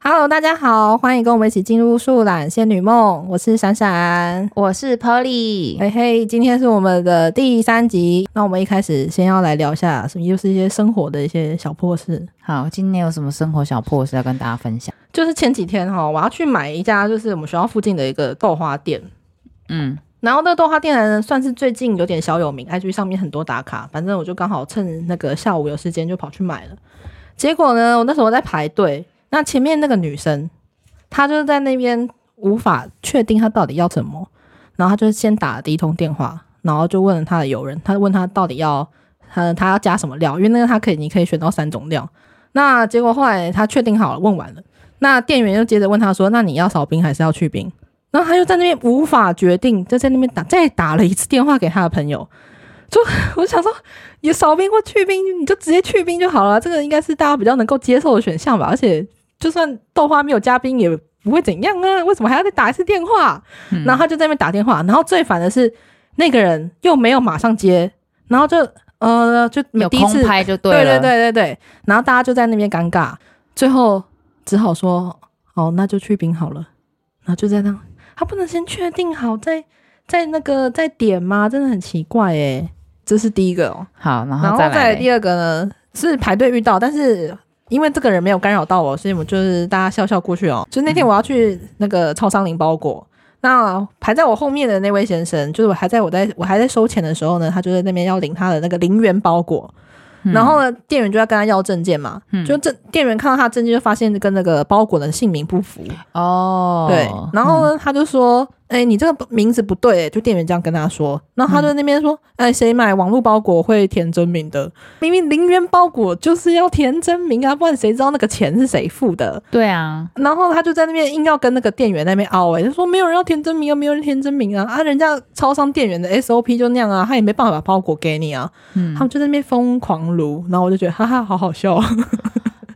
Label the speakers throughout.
Speaker 1: Hello，大家好，欢迎跟我们一起进入《树懒仙女梦》，我是闪闪。
Speaker 2: 我是 Polly，
Speaker 1: 嘿嘿，今天是我们的第三集，那我们一开始先要来聊一下，什么又是一些生活的一些小破事。
Speaker 2: 好，今天有什么生活小破事要跟大家分享？
Speaker 1: 就是前几天哈、我要去买一家就是我们学校附近的一个豆花店，
Speaker 2: 嗯，
Speaker 1: 然后那个豆花店呢，算是最近有点小有名，IG 上面很多打卡。反正我就刚好趁那个下午有时间就跑去买了。结果呢，我那时候在排队，那前面那个女生，她就是在那边无法确定她到底要什么，然后她就先打了第一通电话，然后就问了她的友人，她问她到底要她她要加什么料，因为那个她可以你可以选到三种料。那结果后来她确定好了，问完了，那店员又接着问她说：“那你要少冰还是要去冰？”然后他又在那边无法决定，就在那边打再打了一次电话给他的朋友，就 我想说，你少兵或去兵，你就直接去兵就好了，这个应该是大家比较能够接受的选项吧。而且就算豆花没有加冰也不会怎样啊，为什么还要再打一次电话？
Speaker 2: 嗯
Speaker 1: 然后他就在那边打电话，然后最烦的是那个人又没有马上接，然后就呃就
Speaker 2: 有
Speaker 1: 第一
Speaker 2: 空
Speaker 1: 次
Speaker 2: 拍就
Speaker 1: 对
Speaker 2: 了，
Speaker 1: 对对对对，然后大家就在那边尴尬，最后只好说哦，那就去冰好了，然后就在那，他不能先确定好再再那个再点吗？真的很奇怪诶，这是第一个哦，
Speaker 2: 好，然
Speaker 1: 然
Speaker 2: 后
Speaker 1: 后
Speaker 2: 再
Speaker 1: 再来
Speaker 2: 来嘞
Speaker 1: 第二个呢是排队遇到，但是。因为这个人没有干扰到我，所以我就是大家笑笑过去哦。就那天
Speaker 2: 嗯
Speaker 1: 我要去那个超商领包裹，那排在我后面的那位先生，就是我还在我在我还在收钱的时候呢，他就在那边要领他的那个零元包裹，
Speaker 2: 嗯
Speaker 1: 然后呢，店员就要跟他要证件嘛，就证店员看到他的证件就发现跟那个包裹的姓名不符，
Speaker 2: 哦，
Speaker 1: 对，然后呢，他就说，哎、你这个名字不对、就店员这样跟他说，
Speaker 2: 嗯
Speaker 1: 然后他就在那边说，哎、谁买网络包裹会填真名的？明明零元包裹就是要填真名啊，不然谁知道那个钱是谁付的？
Speaker 2: 对啊，
Speaker 1: 然后他就在那边硬要跟那个店员那边凹、欸，就说没有人要填真名啊，没有人填真名啊，啊，人家超商店员的 SOP 就那样啊，他也没办法把包裹给你啊，
Speaker 2: 嗯
Speaker 1: 他，们就在那边疯狂撸，然后我就觉得哈哈，好好 笑。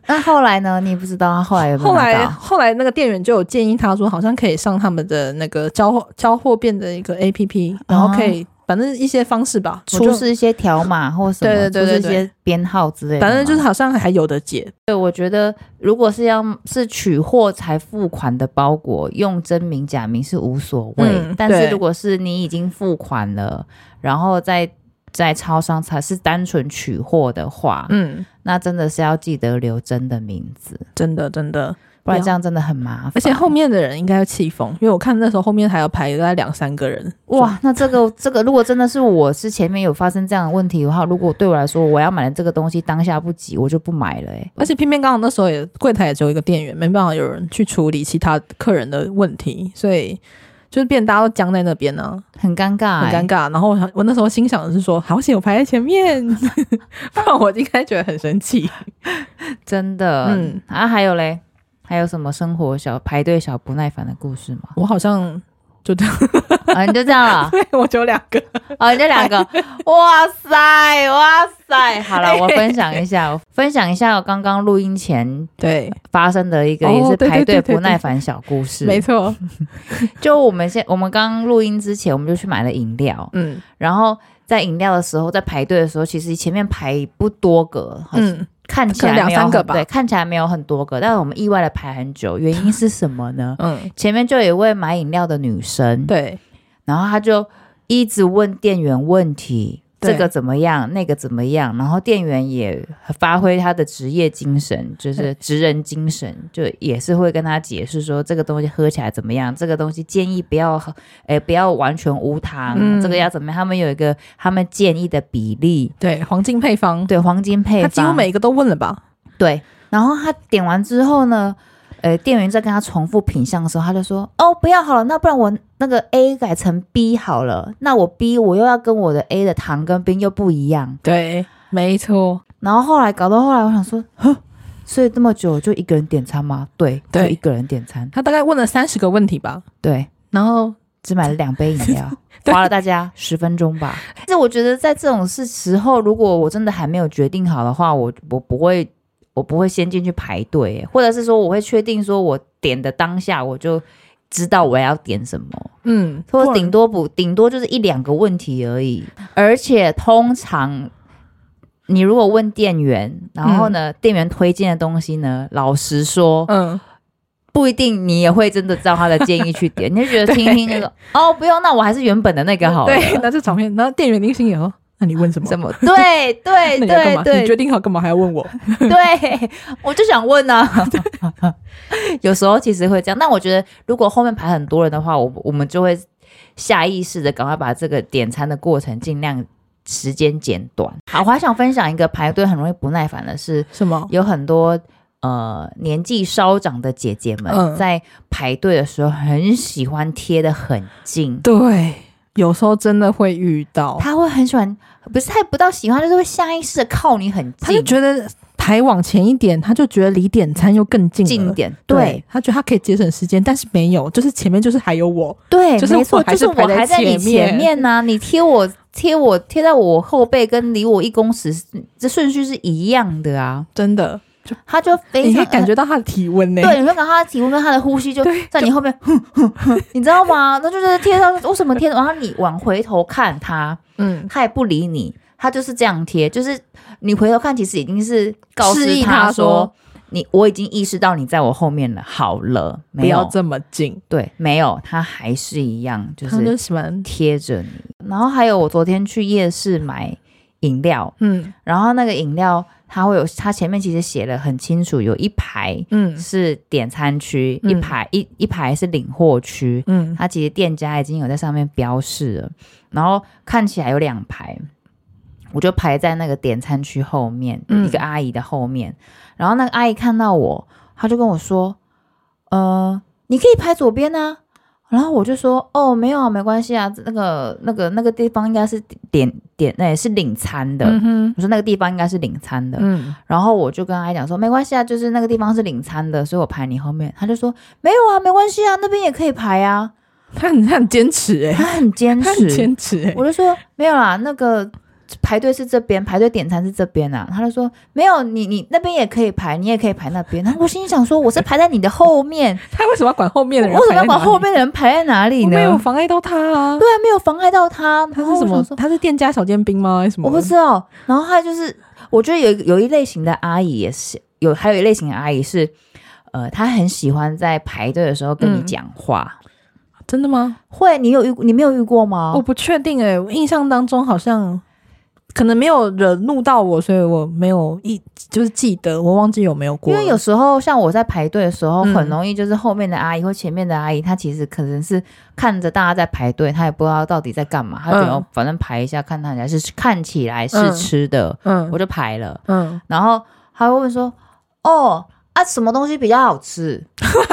Speaker 2: 那后来呢？你不知道他后来有没有
Speaker 1: 后
Speaker 2: 拿
Speaker 1: 来
Speaker 2: 到？
Speaker 1: 后来那个店员就有建议他说，好像可以上他们的那个交货交货变的一个 A P P，然后可以、反正一些方式吧，我
Speaker 2: 出
Speaker 1: 就
Speaker 2: 示一些条码或什么，
Speaker 1: 对对对对
Speaker 2: 出示一些编号之类的吗，
Speaker 1: 反正就是好像还有的解。
Speaker 2: 对，我觉得如果是要是取货才付款的包裹，用真名假名是无所谓。
Speaker 1: 嗯
Speaker 2: 但是
Speaker 1: 对
Speaker 2: 如果是你已经付款了，然后再在超商才是单纯取货的话，
Speaker 1: 嗯，
Speaker 2: 那真的是要记得留真的名字，
Speaker 1: 真的真的，
Speaker 2: 不然这样真的很麻烦。
Speaker 1: 而且后面的人应该会气疯，因为我看那时候后面还要排大概两三个人。
Speaker 2: 哇，那这个这个，如果真的是我是前面有发生这样的问题的话，如果对我来说我要买的这个东西当下不急，我就不买了、欸。
Speaker 1: 而且偏偏刚好那时候也柜台也只有一个店员，没办法有人去处理其他客人的问题，所以就是变大家都僵在那边呢、啊
Speaker 2: 很尴尬、欸
Speaker 1: 很尴
Speaker 2: 尬。
Speaker 1: 尬。然后我想我那时候心想的是说，好险我排在前面， 不然我应该觉得很生气。
Speaker 2: 真的，
Speaker 1: 嗯？
Speaker 2: 嗯啊，还有嘞，还有什么生活小排队小不耐烦的故事吗
Speaker 1: 我好像就这样，
Speaker 2: 啊，你就这样 了，
Speaker 1: 对我就两个。
Speaker 2: 哦，你这两个，哇塞，哇塞，好了，我分享一下，我分享一下我刚刚录音前
Speaker 1: 对，
Speaker 2: 发生的一个
Speaker 1: 哦
Speaker 2: 也是
Speaker 1: 对对
Speaker 2: 排
Speaker 1: 对
Speaker 2: 队
Speaker 1: 对
Speaker 2: 不耐烦小故事。
Speaker 1: 没错。
Speaker 2: 就我们现我们刚录音之前，我们就去买了饮料，
Speaker 1: 嗯
Speaker 2: 然后在饮料的时候，在排队的时候，其实前面排不多个，好像
Speaker 1: 嗯，
Speaker 2: 看起来
Speaker 1: 可能
Speaker 2: 没有
Speaker 1: 两三个
Speaker 2: 很
Speaker 1: 吧？
Speaker 2: 对，看起来没有很多个，但是我们意外的排很久，原因是什么呢
Speaker 1: 嗯，
Speaker 2: 前面就有一位买饮料的女生，
Speaker 1: 对，
Speaker 2: 然后她就一直问店员问题，
Speaker 1: 对
Speaker 2: 这个怎么样，那个怎么样，然后店员也发挥他的职业精神，就是职人精神，就也是会跟他解释说这个东西喝起来怎么样，这个东西建议不要喝，哎，不要完全无糖，
Speaker 1: 嗯
Speaker 2: 这个要怎么样，他们有一个他们建议的比例，
Speaker 1: 对，黄金配方，
Speaker 2: 对，黄金配
Speaker 1: 他
Speaker 2: 方，
Speaker 1: 几乎每一个都问了吧？
Speaker 2: 对，然后他点完之后呢，呃，店员在跟他重复品相的时候，他就说：“哦，不要好了，那不然我那个 A 改成 B 好了，那我 B 我又要跟我的 A 的糖跟冰又不一样。
Speaker 1: 对，没错，”
Speaker 2: 然后后来搞到后来，我想说，呵，所以这么久就一个人点餐吗？对，
Speaker 1: 对
Speaker 2: 就一个人点餐，
Speaker 1: 他大概问了三十个问题吧。
Speaker 2: 对，
Speaker 1: 然后。
Speaker 2: 只买了两杯饮料
Speaker 1: 对
Speaker 2: 花了大家十分钟吧。但是我觉得在这种事时候，如果我真的还没有决定好的话，我我不会，我不会先进去排队，欸或者是说我会确定说我点的当下我就知道我要点什么，
Speaker 1: 嗯，
Speaker 2: 或者
Speaker 1: 不然
Speaker 2: 顶多不顶多就是一两个问题而已。而且通常你如嗯果问店员，然后呢，店员推荐的东西呢，老实说，
Speaker 1: 嗯，
Speaker 2: 不一定你也会真的照他的建议去点，你就觉得听听那个哦，不用，那我还是原本的那个好了。
Speaker 1: 对，拿着照片，然后店员听心也哦，那你问什么？
Speaker 2: 什么？ 对对
Speaker 1: 那你要干
Speaker 2: 对
Speaker 1: 嘛？你决
Speaker 2: 对
Speaker 1: 定好干嘛还要问我？
Speaker 2: 对，我就想问啊。 有时候其实会这样，但我觉得如果后面排很多人的话，我我们就会下意识的赶快把这个点餐的过程尽量时间减短。好，我还想分享一个排队很容易不耐烦的是，
Speaker 1: 什么？
Speaker 2: 有很多呃年纪稍长的姐姐们、
Speaker 1: 嗯
Speaker 2: 在排队的时候很喜欢贴的很近，
Speaker 1: 对，有时候真的会遇到，
Speaker 2: 她会很喜欢，不是她不到喜欢，就是会下意识的靠你很
Speaker 1: 他就
Speaker 2: 近，
Speaker 1: 觉得排往前一点，他就觉得离点餐又更近
Speaker 2: 近一
Speaker 1: 了。
Speaker 2: 点，对
Speaker 1: 对他觉得他可以节省时间，但是没有，就是前面就是还有我，
Speaker 2: 对，
Speaker 1: 就是
Speaker 2: 没错，
Speaker 1: 我还
Speaker 2: 就是是
Speaker 1: 排
Speaker 2: 我
Speaker 1: 在
Speaker 2: 还在你
Speaker 1: 前
Speaker 2: 前面呢、啊你贴我贴我贴在我后背，跟离我一公尺，这顺序是一样的啊，
Speaker 1: 真的，
Speaker 2: 她就非
Speaker 1: 你可
Speaker 2: 常呃
Speaker 1: 以感。觉到他的体温呢、
Speaker 2: 对，你会感觉他的体温跟他的呼吸就在你后面，哼哼哼，你知道吗？那就是贴上为什么贴？然后你往回头看他，
Speaker 1: 嗯，
Speaker 2: 他也不理你，他就是这样贴，就是你回头看，其实已经是告
Speaker 1: 示
Speaker 2: 知
Speaker 1: 意他
Speaker 2: 说
Speaker 1: 说。
Speaker 2: 你我已经意识到你在我后面了，好了，
Speaker 1: 不
Speaker 2: 没
Speaker 1: 要
Speaker 2: 有
Speaker 1: 这么近，
Speaker 2: 对，没有，他还是一样，就
Speaker 1: 他就是喜欢，
Speaker 2: 贴着你。然后还有，我昨天去夜市买饮料，
Speaker 1: 嗯
Speaker 2: 然后那个饮料它会有，它前面其实写了很清楚，有一排
Speaker 1: 嗯
Speaker 2: 是点餐区，一
Speaker 1: 嗯
Speaker 2: 排一一排是领货区，
Speaker 1: 嗯，
Speaker 2: 它其实店家已经有在上面标示了，然后看起来有两排，我就排在那个点餐区后面，
Speaker 1: 嗯
Speaker 2: 一个阿姨的后面，然后那个阿姨看到我，她就跟我说，呃，你可以排左边啊。然后我就说，哦，没有啊，没关系啊，那个、那个、那个地方应该是点点，那、也是领餐的。
Speaker 1: 嗯哼，
Speaker 2: 我说那个地方应该是领餐的。
Speaker 1: 嗯，
Speaker 2: 然后我就跟阿姨讲说，没关系啊，就是那个地方是领餐的，所以我排你后面。她就说，没有啊，没关系啊，那边也可以排啊。
Speaker 1: 他很他很坚持哎、
Speaker 2: 他很坚
Speaker 1: 他很
Speaker 2: 持。
Speaker 1: 坚持哎、
Speaker 2: 嗯我就说没有啊啦，那个排队是这边，排队点餐是这边啊。他就说没有，你你那边也可以排，你也可以排那边。然后我心里想说，我是排在你的 后面，
Speaker 1: 他为什么要管后面
Speaker 2: 我
Speaker 1: 的人？
Speaker 2: 为什么要把后面的人排在哪里
Speaker 1: 我
Speaker 2: 呢？
Speaker 1: 没
Speaker 2: 对
Speaker 1: 有妨碍到他啊？
Speaker 2: 啊，没有妨碍到他。
Speaker 1: 他
Speaker 2: 然后
Speaker 1: 是什
Speaker 2: 我
Speaker 1: 么
Speaker 2: 想？说
Speaker 1: 他是店家小尖兵吗？还是什么
Speaker 2: 我
Speaker 1: 的？
Speaker 2: 不知道。然后他就是，我觉得有一有一类型的阿姨也是有，还有一类型的阿姨是，呃，她很喜欢在排队的时候跟你
Speaker 1: 嗯
Speaker 2: 讲话。
Speaker 1: 真的吗？
Speaker 2: 会，你有遇你没有遇过吗？
Speaker 1: 我不确定哎、我印象当中好像可能没有惹怒到我，所以我没有一就是记得，我忘记有没有过
Speaker 2: 因
Speaker 1: 了。
Speaker 2: 为有时候像我在排队的时候，
Speaker 1: 嗯
Speaker 2: 很容易就是后面的阿姨或前面的阿姨，她其实可能是看着大家在排队，她也不知道到底在干嘛，她觉得
Speaker 1: 嗯
Speaker 2: 哦反正排一下看看起来是看起来是
Speaker 1: 嗯
Speaker 2: 吃的，
Speaker 1: 嗯
Speaker 2: 我就排了。
Speaker 1: 嗯，
Speaker 2: 然后她会问说：“哦啊，什么东西比较好吃？”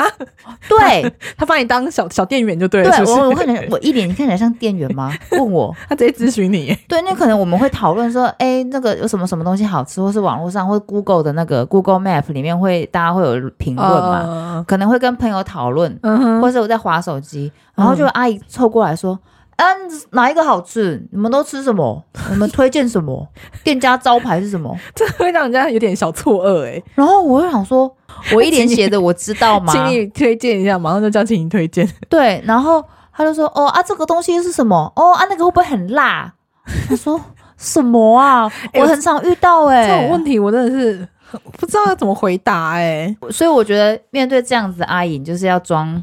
Speaker 2: 对
Speaker 1: 他把你当小小店员就对了，
Speaker 2: 对
Speaker 1: 是，不
Speaker 2: 我我
Speaker 1: 是？
Speaker 2: 看起来我一脸你看起来像店员 吗？问我，
Speaker 1: 他直接咨询 你、
Speaker 2: 对，那可能我们会讨论说，哎，那个有什么什么东西好吃，或是网络上或是 Google 的那个 Google Map 里面会大家会有评论嘛？
Speaker 1: 嘛，
Speaker 2: 可能会跟朋友讨论，
Speaker 1: 哦嗯哼，
Speaker 2: 或者我在划手机，然后就有阿姨凑过来说：“嗯、哪一个好吃？你们都吃什么？你们推荐什么？店家招牌是什么
Speaker 1: 这会让人家有点小错愕哎、？”
Speaker 2: 然后我就想说，我一脸写着我知道吗？
Speaker 1: 请你推荐一下，马上就叫请你推荐。
Speaker 2: 对，然后他就说：“哦啊，这个东西是什么？哦啊，那个会不会很辣？”我说。什么啊！
Speaker 1: 哎
Speaker 2: 我很少遇到哎、
Speaker 1: 这种问题我真的是不知道要怎么回答哎、
Speaker 2: 所以我觉得面对这样子的阿姨，你就是要装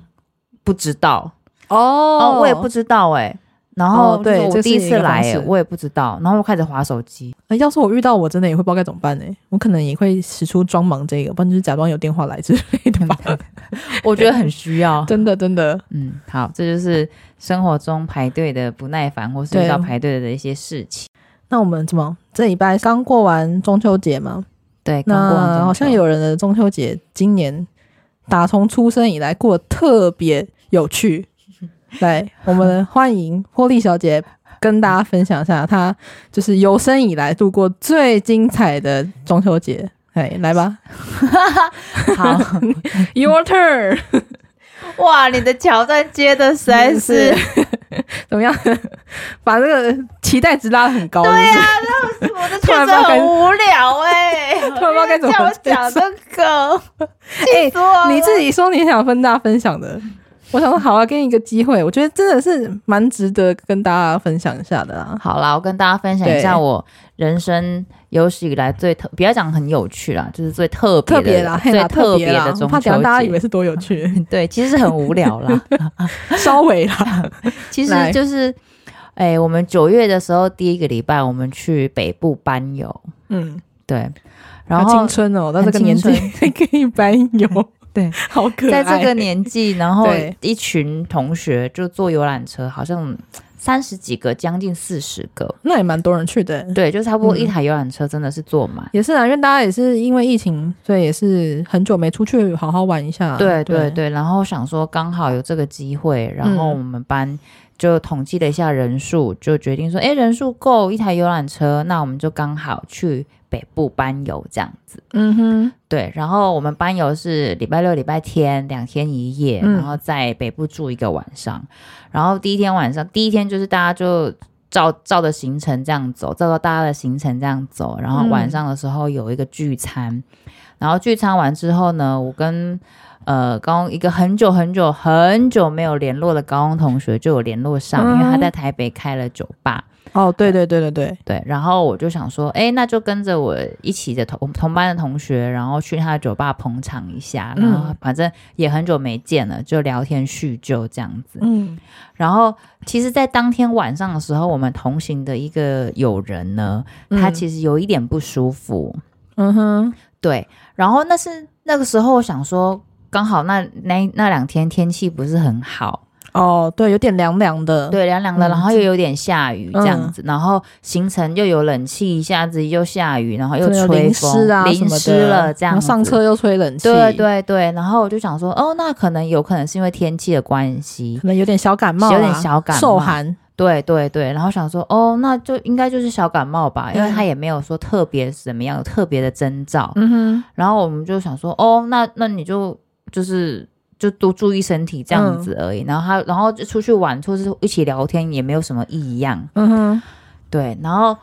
Speaker 2: 不知道，
Speaker 1: 哦
Speaker 2: 哦，我也不知道哎、然后、
Speaker 1: 哦对
Speaker 2: 我
Speaker 1: 这
Speaker 2: 第一
Speaker 1: 是一
Speaker 2: 次
Speaker 1: 个
Speaker 2: 来、
Speaker 1: 方
Speaker 2: 欸，
Speaker 1: 式
Speaker 2: 我也不知道，然后我开始划 手机。
Speaker 1: 呃要是我遇到，我真的也会不知道该怎么办哎、我可能也会使出装忙这个，不然就是假装有电话来之类的吧。
Speaker 2: 我觉得很需要。
Speaker 1: 真的，真的，
Speaker 2: 嗯，好，这就是生活中排队的不耐烦，或是
Speaker 1: 对
Speaker 2: 遇到排队的一些事情。
Speaker 1: 那我们怎么这礼拜刚过完中秋节嘛？
Speaker 2: 对，刚过完中
Speaker 1: 那
Speaker 2: 秋
Speaker 1: 好像有人的中秋节今年打从出生以来过得特别有 趣。来，我们欢迎茉莉小姐跟大家分享一下她就是有生以来度过最精彩的中秋节。哎，来吧
Speaker 2: 好
Speaker 1: ，Your turn，
Speaker 2: 哇，你的桥段接的实在是
Speaker 1: 怎么样？ 把这个期待值拉得很高。对啊呀、
Speaker 2: 我的
Speaker 1: 突然不
Speaker 2: 桥
Speaker 1: 知道
Speaker 2: 段
Speaker 1: 该
Speaker 2: 很无聊哎、
Speaker 1: 突 然不知道该怎么
Speaker 2: 叫我
Speaker 1: 接
Speaker 2: 讲这个，
Speaker 1: 哎
Speaker 2: 气死我了
Speaker 1: 你自己说你想分大家分享的，我想说，好啊，给你一个机会，我觉得真的是蛮值得跟大家分享一下的啦。
Speaker 2: 好啦，我跟大家分享一下
Speaker 1: 对
Speaker 2: 我人生有史以来最特，不要讲很有趣啦，就是最特别
Speaker 1: 特
Speaker 2: 的、
Speaker 1: 别啦，嘿
Speaker 2: 最
Speaker 1: 啦，
Speaker 2: 特
Speaker 1: 别
Speaker 2: 别
Speaker 1: 啦
Speaker 2: 的，中
Speaker 1: 怕
Speaker 2: 秋
Speaker 1: 讲大家以为
Speaker 2: 节。
Speaker 1: 是多有趣，
Speaker 2: 对，其实很无聊啦。
Speaker 1: 稍微啦，
Speaker 2: 其实
Speaker 1: 来
Speaker 2: 就是，哎、我们九月的时候第一个礼拜，我们去北部班游，
Speaker 1: 嗯，
Speaker 2: 对，然
Speaker 1: 好
Speaker 2: 后
Speaker 1: 青春哦，到这
Speaker 2: 很
Speaker 1: 个年纪
Speaker 2: 青
Speaker 1: 可以班 游，
Speaker 2: 对，
Speaker 1: 好可
Speaker 2: 在
Speaker 1: 爱。
Speaker 2: 这个年纪，然后
Speaker 1: 对
Speaker 2: 一群同学就坐游览车，好像三十几个，将近四十个，
Speaker 1: 那也蛮多人去的，
Speaker 2: 对，就差不多一
Speaker 1: 嗯
Speaker 2: 台游览车真的是坐满。
Speaker 1: 也是啊，因为大家也是因为疫情，所以也是很久没出去好好玩一下。
Speaker 2: 对对对，然后想说刚好有这个机会，然后
Speaker 1: 嗯
Speaker 2: 我们班就统计了一下人数，就决定说，哎，人数够一台游览车，那我们就刚好去北部班游这样子。
Speaker 1: 嗯哼，
Speaker 2: 对，然后我们班游是礼拜六、礼拜天两天一夜，
Speaker 1: 嗯
Speaker 2: 然后在北部住一个晚上。然后第一天晚上，第一天就是大家就照照着行程这样走，照着大家的行程这样走。然后晚
Speaker 1: 嗯
Speaker 2: 上的时候有一个聚餐，然后聚餐完之后呢，我跟呃高中一个很久很久很久没有联络的高中同学就有联络上，因为他
Speaker 1: 嗯
Speaker 2: 在台北开了酒吧。
Speaker 1: 哦，对对对对对，
Speaker 2: 对，然后我就想说，哎，那就跟着我一起的同同班的同学，然后去他的酒吧捧场一下，然后
Speaker 1: 嗯
Speaker 2: 反正也很久没见了，就聊天叙旧这样子。
Speaker 1: 嗯
Speaker 2: 然后其实，在当天晚上的时候，我们同行的一个友人呢，他
Speaker 1: 嗯
Speaker 2: 其实有一点不舒服，
Speaker 1: 嗯哼，
Speaker 2: 对，然后那是那个时候我想说，刚好那那那两天天气不是很好，
Speaker 1: 哦，对，有点凉凉的，，
Speaker 2: 对，凉凉的，
Speaker 1: 嗯
Speaker 2: 然后又有点下雨
Speaker 1: 嗯
Speaker 2: 这样子，然后行程又有冷气，一下子又下雨，然后又
Speaker 1: 有
Speaker 2: 吹
Speaker 1: 淋
Speaker 2: 风，
Speaker 1: 湿啊什
Speaker 2: 淋
Speaker 1: 么的，
Speaker 2: 湿了这
Speaker 1: 然后
Speaker 2: 样子。
Speaker 1: 上车又吹冷气，
Speaker 2: 对，对对，然后我就想说，哦，那可能有可能是因为天气的关系，
Speaker 1: 可能有点小感冒啦，啊
Speaker 2: 有点小感冒，哦
Speaker 1: 受寒，
Speaker 2: 对对对，然后想说，哦，那就应该就是小感冒吧，因为
Speaker 1: 嗯
Speaker 2: 他也没有说特别怎么样，有特别的征兆。
Speaker 1: 嗯
Speaker 2: 然后我们就想说，哦，那那你就就是就多注意身体这样
Speaker 1: 嗯
Speaker 2: 子而已。然后他，然后就出去玩，或是一起聊天，也没有什么异样。
Speaker 1: 哼，嗯
Speaker 2: 对，然后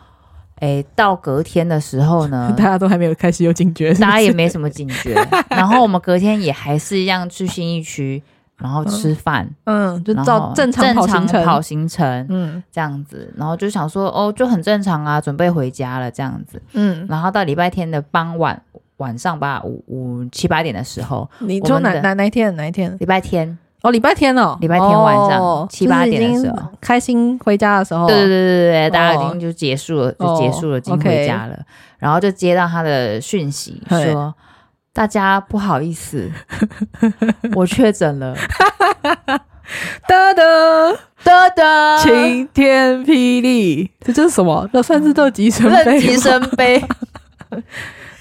Speaker 2: 诶，到隔天的时候呢
Speaker 1: 哼，，大家都还没有开始有警觉，是不是
Speaker 2: 大家也没什么 警觉。然后我们隔天也还是一样去新一区，然后吃饭，
Speaker 1: 嗯，就
Speaker 2: 然
Speaker 1: 照
Speaker 2: 后
Speaker 1: 正常
Speaker 2: 正
Speaker 1: 跑
Speaker 2: 常
Speaker 1: 行程，
Speaker 2: 跑行程
Speaker 1: 嗯
Speaker 2: 这样子，然后就想说哦，就很正常啊，准备回家了这样子。
Speaker 1: 嗯，
Speaker 2: 然后到礼拜天的傍晚晚上吧，五五七八点的时候，
Speaker 1: 你
Speaker 2: 我
Speaker 1: 说
Speaker 2: 们
Speaker 1: 哪
Speaker 2: 的
Speaker 1: 哪哪一天哪一天？
Speaker 2: 礼拜天，
Speaker 1: 哦，礼拜天哦，
Speaker 2: 礼拜天晚上
Speaker 1: 哦
Speaker 2: 七八点的
Speaker 1: 就是已
Speaker 2: 时
Speaker 1: 经
Speaker 2: 候
Speaker 1: 开心回家的时候，
Speaker 2: 对对对对对，大家已
Speaker 1: 哦
Speaker 2: 经就结束了，
Speaker 1: 哦
Speaker 2: 就结束了，已经
Speaker 1: OK
Speaker 2: 回家了。然后就接到他的讯息
Speaker 1: 嘿
Speaker 2: 说：“大家不好意 思，我确诊了，
Speaker 1: 哒
Speaker 2: 呃
Speaker 1: 哒，
Speaker 2: 的 的，
Speaker 1: 晴天霹雳，这就是什么？这算是乐极生
Speaker 2: 任
Speaker 1: 悲。
Speaker 2: 极生悲。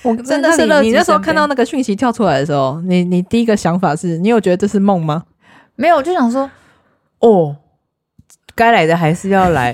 Speaker 1: 我
Speaker 2: 真的是
Speaker 1: 那你
Speaker 2: 乐极生悲
Speaker 1: 你那时候看到那个讯息跳出来的时候，你你第一个想法是你有觉得这是梦吗？
Speaker 2: 没有，我就想说，哦，该来的还是要 来。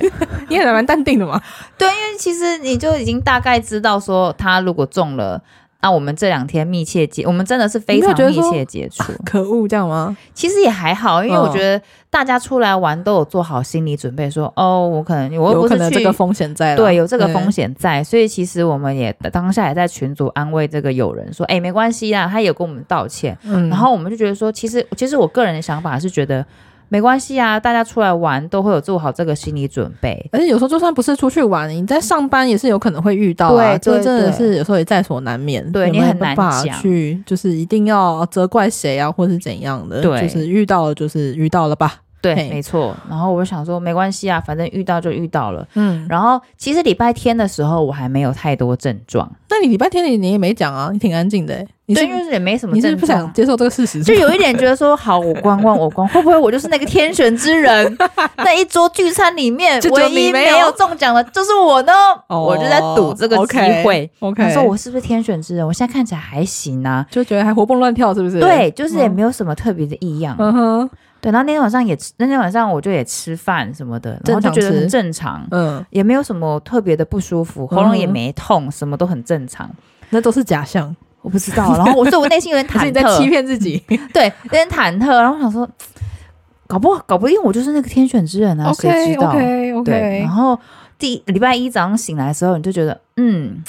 Speaker 1: 你也蛮淡定的嘛。
Speaker 2: 因为其实你就已经大概知道说，他如果中了。那我们这两天密切接，我们真的是非
Speaker 1: 你没有
Speaker 2: 常
Speaker 1: 觉得
Speaker 2: 密
Speaker 1: 说
Speaker 2: 切接触。
Speaker 1: 可恶，这样吗？
Speaker 2: 其实也还好，因为我
Speaker 1: 嗯
Speaker 2: 觉得大家出来玩都有做好心理准备说哦，我可能我又
Speaker 1: 有
Speaker 2: 不
Speaker 1: 可
Speaker 2: 是
Speaker 1: 能
Speaker 2: 去
Speaker 1: 这个风险啊在啦
Speaker 2: 对有这个风。险在，所以其实我们也当下也在群组安慰这个友人说，哎，没关系啦，他有跟我们道歉，
Speaker 1: 嗯，
Speaker 2: 然后我们就觉得说，其实其实我个人的想法是觉得没关系啊，大家出来玩都会有做好这个心理准备。
Speaker 1: 而且有时候就算不是出去玩，你在上班也是有可能会遇到啊。
Speaker 2: 对
Speaker 1: 这个
Speaker 2: 对
Speaker 1: 真的
Speaker 2: 对
Speaker 1: 是有时候也在所难免。
Speaker 2: 对
Speaker 1: 也
Speaker 2: 你
Speaker 1: 没
Speaker 2: 很难
Speaker 1: 办法
Speaker 2: 讲
Speaker 1: 去就是一定要责怪谁啊，或是怎样的。
Speaker 2: 对
Speaker 1: 就是遇到了就是遇到了吧。
Speaker 2: 对，
Speaker 1: 嘿
Speaker 2: 没错。然后我就想说，没关系啊，反正遇到就遇到了。
Speaker 1: 嗯，
Speaker 2: 然后其实礼拜天的时候，我还没有太多症状，
Speaker 1: 那你礼拜天你你也没讲啊，你挺安静的、欸。你是
Speaker 2: 对，因为也没什么
Speaker 1: 你
Speaker 2: 症状。啊
Speaker 1: 是不想接受这个事 实是
Speaker 2: 就
Speaker 1: 吗？
Speaker 2: 有一点觉得说，好，我观望，我观，会不会我就是那个天选之人？ 那一桌聚餐里面
Speaker 1: 就只有
Speaker 2: 唯
Speaker 1: 你
Speaker 2: 一
Speaker 1: 没
Speaker 2: 没
Speaker 1: 有
Speaker 2: 有中奖的就是我呢？
Speaker 1: 哦
Speaker 2: 我就在赌这个机会。
Speaker 1: OK，
Speaker 2: 他说我是不是天选之人？我现在看起来还行啊，
Speaker 1: 就觉得还活蹦乱跳，是不是？
Speaker 2: 对，就是也
Speaker 1: 嗯
Speaker 2: 没有什么特别的异样。
Speaker 1: 嗯哼，
Speaker 2: 对，然后那天晚上也吃，那天晚上我就也吃饭什么的，然
Speaker 1: 正
Speaker 2: 后就
Speaker 1: 常
Speaker 2: 觉得很
Speaker 1: 吃
Speaker 2: 正常，
Speaker 1: 嗯，
Speaker 2: 也没有什么特别的不舒服，喉咙也没痛，什么都很正常。
Speaker 1: 那都是假象，
Speaker 2: 我不知道， 然后我所以我内心有 点
Speaker 1: 可是
Speaker 2: 忐
Speaker 1: 你在欺
Speaker 2: 忑，
Speaker 1: 骗自己。
Speaker 2: 对，有点忐忑，然后我想说，搞不好搞不定我就是那个天选之人啊，谁知道？对，然后第礼拜一早上醒来的时候，你就觉得嗯。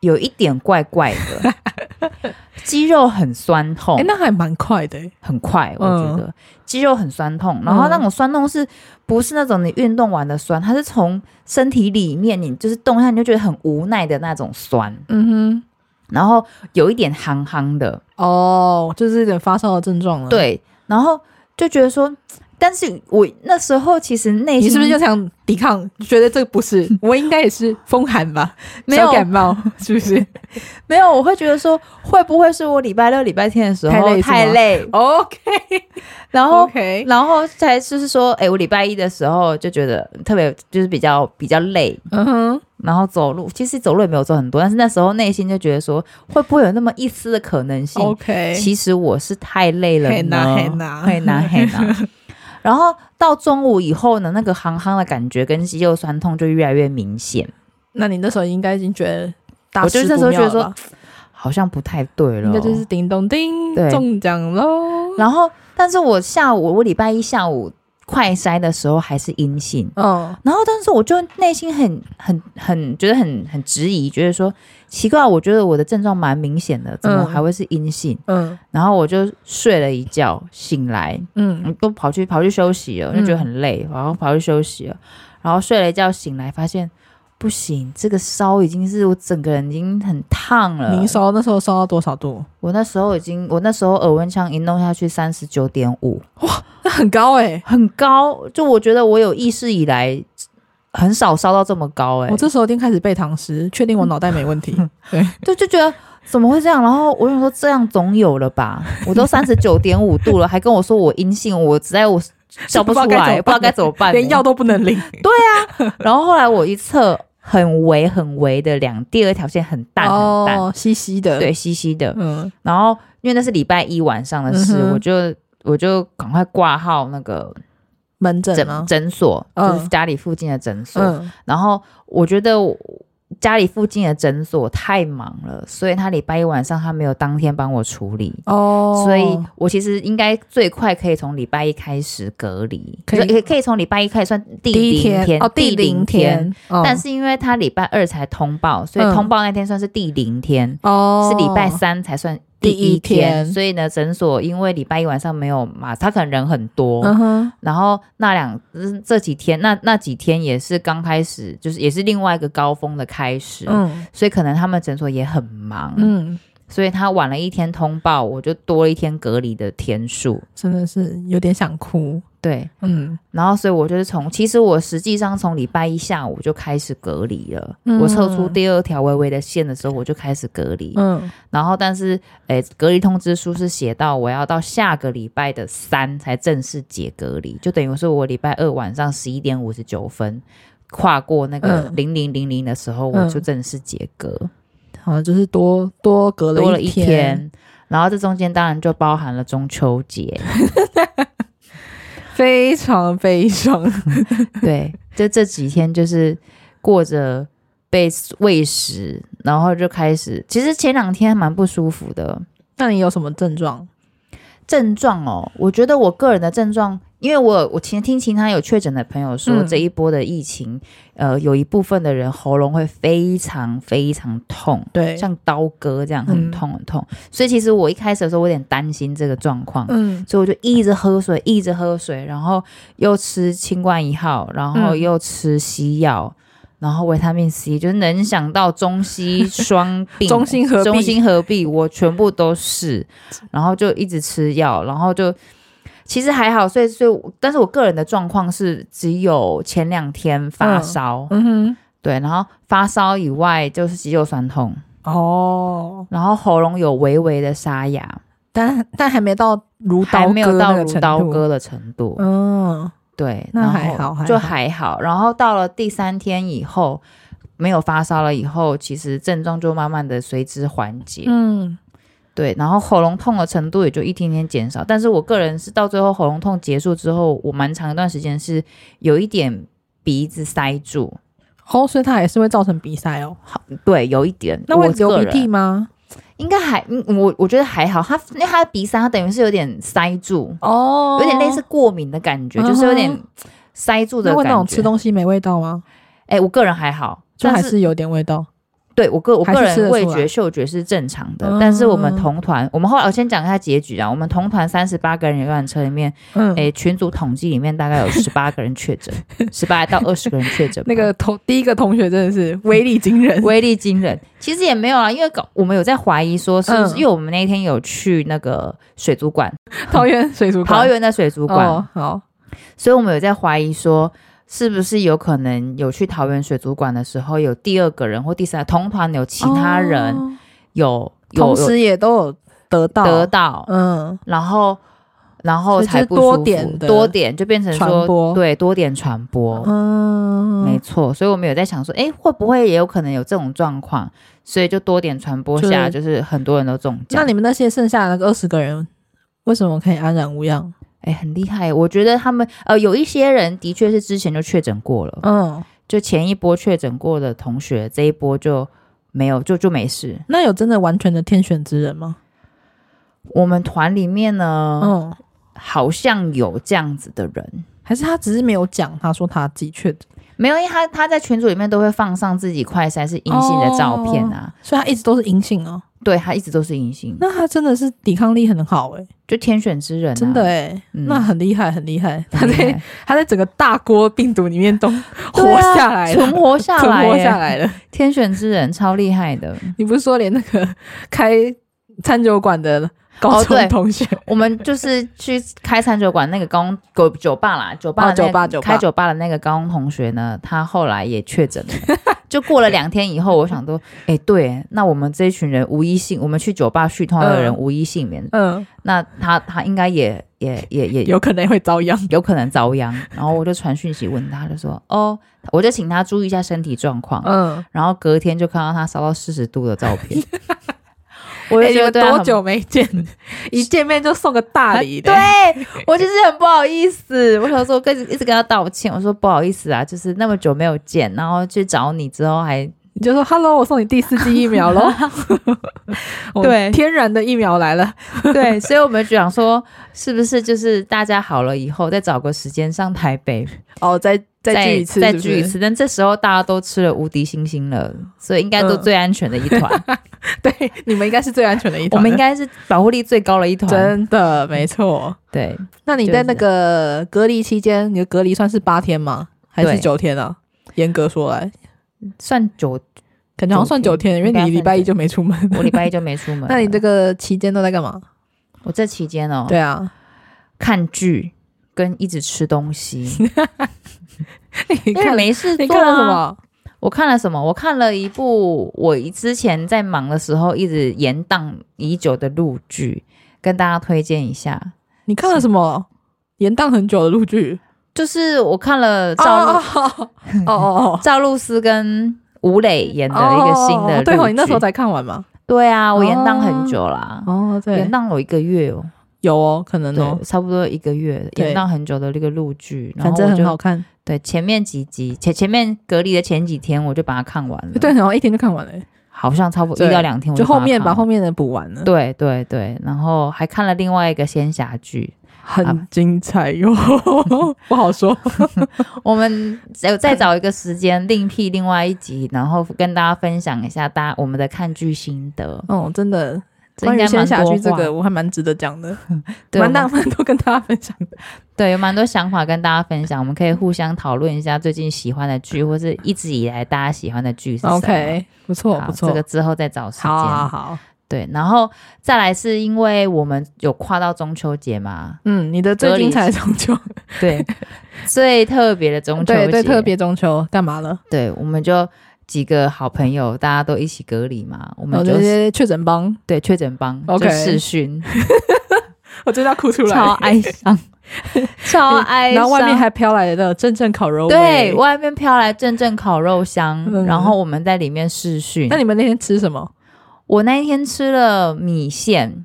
Speaker 2: 有一点怪怪的， 肌肉很酸痛
Speaker 1: 哎、，那还蛮快的、欸，
Speaker 2: 很快，我
Speaker 1: 嗯
Speaker 2: 觉得、肌肉很酸痛，然后那种酸痛是不是那种你运动完的酸？它是从身体里面你就是动一下你就觉得很无奈的那种酸，
Speaker 1: 嗯
Speaker 2: 然后有一点憨憨的，
Speaker 1: 哼，哦，就是有点发烧的症状了。，
Speaker 2: 对，然后就觉得说，但是我那时候其实内
Speaker 1: 你
Speaker 2: 心
Speaker 1: 是不是就想抵抗？觉得这个不是，我应该也是风寒吧，
Speaker 2: 没有
Speaker 1: 小感冒，是不是
Speaker 2: 没有？我会觉得说，会不会是我礼拜六、礼拜天的时候
Speaker 1: 太累是吗
Speaker 2: 太累，
Speaker 1: ？OK
Speaker 2: 然后
Speaker 1: OK，
Speaker 2: 然后才就是说，哎、我礼拜一的时候就觉得特别就是比较比较累，
Speaker 1: 嗯哼，
Speaker 2: 然后走路其实走路也没有走很多，但是那时候内心就觉得说，会不会有那么一丝的可能性
Speaker 1: OK，
Speaker 2: 其实我是太累了呢，
Speaker 1: 嘿呐嘿呐
Speaker 2: 嘿呐嘿 呐然后到中午以后呢，那个行行的感觉跟肌肉酸痛就越来越明显，
Speaker 1: 那你那时候应该已经觉得大
Speaker 2: 我就
Speaker 1: 事
Speaker 2: 那
Speaker 1: 不
Speaker 2: 时候觉得
Speaker 1: 妙了
Speaker 2: 说
Speaker 1: 吧，
Speaker 2: 好像不太对了，
Speaker 1: 应该就是。叮咚叮
Speaker 2: 对
Speaker 1: 中奖喽。
Speaker 2: 然后，但是我下午我礼拜一下午快筛的时候还是阴性，
Speaker 1: 嗯，
Speaker 2: 然后，但是我就内心很、很、很觉得很、很质疑，觉得说奇怪，我觉得我的症状蛮明显的，怎么
Speaker 1: 嗯
Speaker 2: 还会是阴性？
Speaker 1: 嗯
Speaker 2: 然后我就睡了一觉，醒来
Speaker 1: 嗯，
Speaker 2: 嗯都跑去跑去休息了，
Speaker 1: 嗯
Speaker 2: 就觉得很累，然后跑去休息了，然后睡了一觉醒来，发现不行，这个烧已经是我整个人已经很烫了
Speaker 1: 您。烧那时候烧到多少度？
Speaker 2: 我那时候已经，我那时候耳温枪一弄下去三十九点五，
Speaker 1: 那很高哎、
Speaker 2: 很高，就我觉得我有意识以来很少烧到这么高、欸，哎
Speaker 1: 我，这时候已经开始背唐诗，确定我脑袋没问题。
Speaker 2: 对，就觉得怎么会这样？然后我想说，这样总有了 吧？我都三十九点五度了，还跟我说我阴性，我实在我 笑不出 来，不知道该怎么办、
Speaker 1: 欸
Speaker 2: 欸
Speaker 1: 连药都不能 领。
Speaker 2: 然后后来我一测，很微很微的两，第二条线很淡很淡，
Speaker 1: 哦，稀稀的。，
Speaker 2: 对，稀稀的。
Speaker 1: 嗯，
Speaker 2: 然后因为那是礼拜一晚上的事，
Speaker 1: 嗯哼
Speaker 2: 我就我就赶快挂号那个
Speaker 1: 门诊
Speaker 2: 诊
Speaker 1: 吗？
Speaker 2: 诊所，
Speaker 1: 嗯
Speaker 2: 就是家里附近的诊所。
Speaker 1: 嗯，
Speaker 2: 然后我觉得我家里附近的诊所太忙了，所以他礼拜一晚上他没有当天帮我处理。
Speaker 1: 哦，
Speaker 2: 所以我其实应该最快可以从礼拜一开始隔离，
Speaker 1: 可以
Speaker 2: 也可以从礼拜一开始算第
Speaker 1: 第一
Speaker 2: 零
Speaker 1: 天哦，
Speaker 2: 第
Speaker 1: 零
Speaker 2: 零天。，
Speaker 1: 哦
Speaker 2: 但是因为他礼拜二才通报，所以
Speaker 1: 嗯
Speaker 2: 通报那天算是第零天，
Speaker 1: 哦
Speaker 2: 是礼拜三才算
Speaker 1: 第
Speaker 2: 第
Speaker 1: 一
Speaker 2: 一
Speaker 1: 天
Speaker 2: 天。所以呢，诊所因为礼拜一晚上没有嘛，他可能人很多，
Speaker 1: 嗯哼，
Speaker 2: 然后那两嗯这几天，那那几天也是刚开始，就是也是另外一个高峰的开始，
Speaker 1: 嗯
Speaker 2: 所以可能他们诊所也很忙，
Speaker 1: 嗯，
Speaker 2: 所以他晚了一天通报，我就多了一天隔离的天数，
Speaker 1: 真的是有点想哭。
Speaker 2: 对。
Speaker 1: 嗯，
Speaker 2: 然后，所以我就是从，其实我实际上从礼拜一下午就开始隔离了。
Speaker 1: 嗯
Speaker 2: 我测出第二条微微的线的时候，我就开始隔离。
Speaker 1: 嗯，
Speaker 2: 然后，但是，诶，隔离通知书是写到我要到下个礼拜的三才正式解隔离，就等于说我礼拜二晚上十一点五十九分跨过那个
Speaker 1: 嗯
Speaker 2: 零零零零的时候，
Speaker 1: 嗯
Speaker 2: 我就正式解隔，
Speaker 1: 好像就是多多隔
Speaker 2: 多了
Speaker 1: 一
Speaker 2: 一天。然后这中间当然就包含了中秋 节，
Speaker 1: 非常悲伤。
Speaker 2: 对，就这几天就是过着被喂食，然后就开始，其实前两天还蛮不舒服的，
Speaker 1: 那你有什么症状？
Speaker 2: 症状哦，我觉得我个人的症状，因为我我前听其他有确诊的朋友说，
Speaker 1: 嗯
Speaker 2: 这一波的疫情，呃，有一部分的人喉咙会非常非常痛，
Speaker 1: 对
Speaker 2: 像刀割这样，
Speaker 1: 嗯
Speaker 2: 很痛很痛。所以其实我一开始的时候，我有点担心这个状况。
Speaker 1: 嗯
Speaker 2: 所以我就一直喝水，一直喝水，然后又吃清冠一号，然后
Speaker 1: 嗯
Speaker 2: 又吃西药，然后维他命 C，就是能想到中西双并，
Speaker 1: 中西合璧
Speaker 2: 中西合璧，我全部都是，然后就一直吃药，然后就其实还好，所以所以我，但是我个人的状况是只有前两天发
Speaker 1: 嗯
Speaker 2: 烧，
Speaker 1: 嗯
Speaker 2: 对，然后发烧以外就是肌肉酸痛，
Speaker 1: 哼，哦，
Speaker 2: 然后喉咙有微微的沙哑，
Speaker 1: 但但还没到如刀
Speaker 2: 还没有
Speaker 1: 割
Speaker 2: 到
Speaker 1: 那个
Speaker 2: 如
Speaker 1: 程
Speaker 2: 刀
Speaker 1: 度。
Speaker 2: 割的程度，
Speaker 1: 嗯，
Speaker 2: 对，
Speaker 1: 那
Speaker 2: 然
Speaker 1: 还
Speaker 2: 后
Speaker 1: 好还
Speaker 2: 就
Speaker 1: 好
Speaker 2: 还好。然后到了第三天以后，没有发烧了以后，其实症状就慢慢的随之缓解。
Speaker 1: 嗯，
Speaker 2: 对，然后喉咙痛的程度也就一天天减少。但是我个人是到最后喉咙痛结束之后，我蛮长一段时间是有一点鼻子塞住，
Speaker 1: 哦，所以它还是会造成鼻塞哦。
Speaker 2: 对，有一点。
Speaker 1: 那会
Speaker 2: 我
Speaker 1: 流
Speaker 2: 个
Speaker 1: 鼻
Speaker 2: 人
Speaker 1: 涕吗？
Speaker 2: 应该还，嗯我我觉得还好。他因为他的鼻塞，他等于是有点塞住，
Speaker 1: 哦
Speaker 2: 有点类似过敏的感觉，就是有
Speaker 1: 嗯
Speaker 2: 点塞住的
Speaker 1: 那会
Speaker 2: 感觉。
Speaker 1: 那种吃东西没味道吗？
Speaker 2: 哎、我个人还好，
Speaker 1: 就
Speaker 2: 但
Speaker 1: 还
Speaker 2: 是
Speaker 1: 是有点味道。
Speaker 2: 对我个我
Speaker 1: 还
Speaker 2: 个
Speaker 1: 是吃
Speaker 2: 人
Speaker 1: 得
Speaker 2: 味
Speaker 1: 出来
Speaker 2: 觉嗅觉是正常的，
Speaker 1: 嗯
Speaker 2: 但是我们同团，我们后来我先讲一下结局啊。我们同团三十八个人游览车里面，
Speaker 1: 嗯，
Speaker 2: 诶、群组统计里面大概有十八个人确诊，十八到二十个人确诊 吧，
Speaker 1: 那个同第一个同学真的是威力惊人，
Speaker 2: 威力惊人。其实也没有啊，因为搞我们有在怀疑说是不是，
Speaker 1: 嗯
Speaker 2: 因为我们那天有去那个水族馆，
Speaker 1: 桃园水族馆
Speaker 2: 桃园的水族馆，
Speaker 1: 哦，好，
Speaker 2: 所以我们有在怀疑说，是不是有可能有去桃园水族馆的时候，有第二个人或第三同团有其他人
Speaker 1: 哦
Speaker 2: 有有
Speaker 1: 同
Speaker 2: 有
Speaker 1: 时也都有得到
Speaker 2: 得到，
Speaker 1: 嗯，
Speaker 2: 然后然
Speaker 1: 所
Speaker 2: 后
Speaker 1: 以
Speaker 2: 才
Speaker 1: 就是
Speaker 2: 不舒服
Speaker 1: 多点的
Speaker 2: 多点就变成
Speaker 1: 传
Speaker 2: 说
Speaker 1: 播
Speaker 2: 对多点传播，
Speaker 1: 嗯，
Speaker 2: 哦没错。所以我们有在想说，哎，会不会也有可能有这种状况？所以就多点传播下，就是很多人都中
Speaker 1: 那
Speaker 2: 奖。
Speaker 1: 你们那些剩下的那个二十个人，为什么可以安然无恙？
Speaker 2: 哎，很厉害。我觉得他们呃，有一些人的确是之前就确诊过了，
Speaker 1: 嗯，
Speaker 2: 就前一波确诊过的同学，这一波就没有，就就没事。
Speaker 1: 那有真的完全的天选之人吗？
Speaker 2: 我们团里面呢，
Speaker 1: 嗯，
Speaker 2: 好像有这样子的人，
Speaker 1: 还是他只是没有讲，他说他自己确诊，
Speaker 2: 没有，因为他他在群组里面都会放上自己快筛是阴性的
Speaker 1: 哦
Speaker 2: 照片啊，
Speaker 1: 所以他一直都是阴性哦。
Speaker 2: 对他一直都是阴性，
Speaker 1: 那他真的是抵抗力很好诶、
Speaker 2: 就天选之人、啊，
Speaker 1: 真的
Speaker 2: 很厉
Speaker 1: 诶、
Speaker 2: 嗯啊
Speaker 1: 那 很厉害，很厉 害。
Speaker 2: 害，
Speaker 1: 他在他在整个大锅病毒里面都
Speaker 2: 对
Speaker 1: 活
Speaker 2: 啊
Speaker 1: 下来了，
Speaker 2: 存活下来、
Speaker 1: 存活
Speaker 2: 欸
Speaker 1: 下来了。
Speaker 2: 天选之人超厉害的。
Speaker 1: 你不是说连那个开餐酒馆的高
Speaker 2: 哦对
Speaker 1: 中同学，
Speaker 2: 我们就是去开餐酒馆那个高中狗酒吧啦，酒吧
Speaker 1: 哦
Speaker 2: 的那
Speaker 1: 酒吧
Speaker 2: 个
Speaker 1: 酒吧
Speaker 2: 开酒吧的那个高中同学呢，他后来也确 诊了。就过了两天以后，我想说，哎、对，那我们这一群人无一幸，我们去酒吧续通的人
Speaker 1: 嗯
Speaker 2: 无一幸免，
Speaker 1: 嗯，
Speaker 2: 那他他应该也也也也
Speaker 1: 有可能会遭殃。
Speaker 2: 有可能遭殃。然后我就传讯息问他，就说哦，我就请他注意一下身体状况。
Speaker 1: 嗯，
Speaker 2: 然后隔天就看到他烧到四十度的 照片，
Speaker 1: 我
Speaker 2: 我就觉得对他
Speaker 1: 哎多
Speaker 2: 很
Speaker 1: 久没见？ 一见面就送个大 礼的，
Speaker 2: 对我就是很不好意思，我想说跟一直跟他道歉，我说不好意思啊，就是那么久没有见，然后去找你之 后还
Speaker 1: 你就说 “hello”，我送你第四剂疫苗 喽。我
Speaker 2: 对
Speaker 1: 天然的疫苗来了。
Speaker 2: 对，所以我们就想说是不是就是大家好了以后再找个时间上台北
Speaker 1: 哦，再 再
Speaker 2: 再
Speaker 1: 聚一次，
Speaker 2: 再
Speaker 1: 是不
Speaker 2: 聚一
Speaker 1: 是。
Speaker 2: 次，但这时候大家都吃了无敌星星了，所以应该都
Speaker 1: 嗯
Speaker 2: 最安全的一团，
Speaker 1: 对，你们应该是最安全的一
Speaker 2: 我
Speaker 1: 团了，
Speaker 2: 们应该是保护力最高的一团，
Speaker 1: 真的没错。
Speaker 2: 对，
Speaker 1: 那你在那个隔离期间，你的隔离算是八天吗？还是
Speaker 2: 对
Speaker 1: 九天啊？严格说来，
Speaker 2: 算九，
Speaker 1: 感觉好像算九天，因为
Speaker 2: 应该
Speaker 1: 你
Speaker 2: 算
Speaker 1: 礼拜一
Speaker 2: 九
Speaker 1: 就没出门。
Speaker 2: 我礼拜一就没出门 了，
Speaker 1: 那你这个期间都在干嘛？
Speaker 2: 我这期间哦，
Speaker 1: 对啊，
Speaker 2: 看剧跟一直吃东西。
Speaker 1: 你
Speaker 2: 因为
Speaker 1: 看
Speaker 2: 没事
Speaker 1: 你
Speaker 2: 做、啊、
Speaker 1: 看了什？么？
Speaker 2: 我看了什么？我看了一部我之前在忙的时候一直延宕已久的陆剧，跟大家推荐一下。
Speaker 1: 你看了什么？延宕很久的录剧，
Speaker 2: 就是我看了
Speaker 1: 哦
Speaker 2: 赵露、
Speaker 1: 哦哦哦，
Speaker 2: 赵露思跟吴磊演的一个新的
Speaker 1: 哦
Speaker 2: 陆剧、
Speaker 1: 对哦，你那时候才看完嘛？
Speaker 2: 对啊，我延宕很久啦，
Speaker 1: 哦，
Speaker 2: 延，宕有一个月哦，
Speaker 1: 有哦，可能哦
Speaker 2: 对，，差不多一个月，
Speaker 1: 对
Speaker 2: 延宕很久的那个陆剧，然
Speaker 1: 反
Speaker 2: 后
Speaker 1: 正
Speaker 2: 我
Speaker 1: 很
Speaker 2: 就
Speaker 1: 好看，
Speaker 2: 对前面几集前前面隔离的前几天我就把它看完了，
Speaker 1: 对，，很好，一天就看完了，
Speaker 2: 好像差不多
Speaker 1: 对
Speaker 2: 一到两天我
Speaker 1: 就
Speaker 2: 把它
Speaker 1: 后面
Speaker 2: 看
Speaker 1: 把
Speaker 2: 完
Speaker 1: 后面的补完了，
Speaker 2: 对对对，然后还看了另外一个仙侠 剧，
Speaker 1: 很精彩哟，不好说，
Speaker 2: 我们再再找一个时间另辟另外一集，然后跟大家分享一下大家我们的看剧心得。
Speaker 1: 哦，真的，
Speaker 2: 这
Speaker 1: 关
Speaker 2: 应
Speaker 1: 于
Speaker 2: 该
Speaker 1: 仙
Speaker 2: 蛮
Speaker 1: 侠
Speaker 2: 多
Speaker 1: 剧这
Speaker 2: 话
Speaker 1: 个，我还蛮值得讲的，
Speaker 2: 对我
Speaker 1: 蛮
Speaker 2: 们
Speaker 1: 大蛮多跟大家分享的，
Speaker 2: 对有蛮多想法跟大家分享，我们可以互相讨论一下最近喜欢的剧，或是一直以来大家喜欢的剧是什么。
Speaker 1: ，OK，不错
Speaker 2: 好
Speaker 1: 不错
Speaker 2: 这个，之后再找时间。
Speaker 1: 好好好，
Speaker 2: 对，然后再来是因为我们有跨到中秋节嘛，
Speaker 1: 嗯，你的最精彩的中秋，
Speaker 2: 对， 最特别的中秋节，
Speaker 1: 对对，特别中秋干嘛了？
Speaker 2: 对，我们就几个好朋友，大家都一起隔离嘛，我
Speaker 1: 我
Speaker 2: 们就、
Speaker 1: 这些确诊帮，
Speaker 2: 对确诊帮
Speaker 1: OK
Speaker 2: 就 视讯，
Speaker 1: 我真的要哭出来，嗯
Speaker 2: 超哀 伤，超哀伤。
Speaker 1: 然后外面还飘来的阵阵烤肉味，
Speaker 2: 对外面飘来阵阵烤肉香，
Speaker 1: 嗯
Speaker 2: 然后我们在里面视讯
Speaker 1: 那。你们那天吃什么？
Speaker 2: 我那一天吃了米线，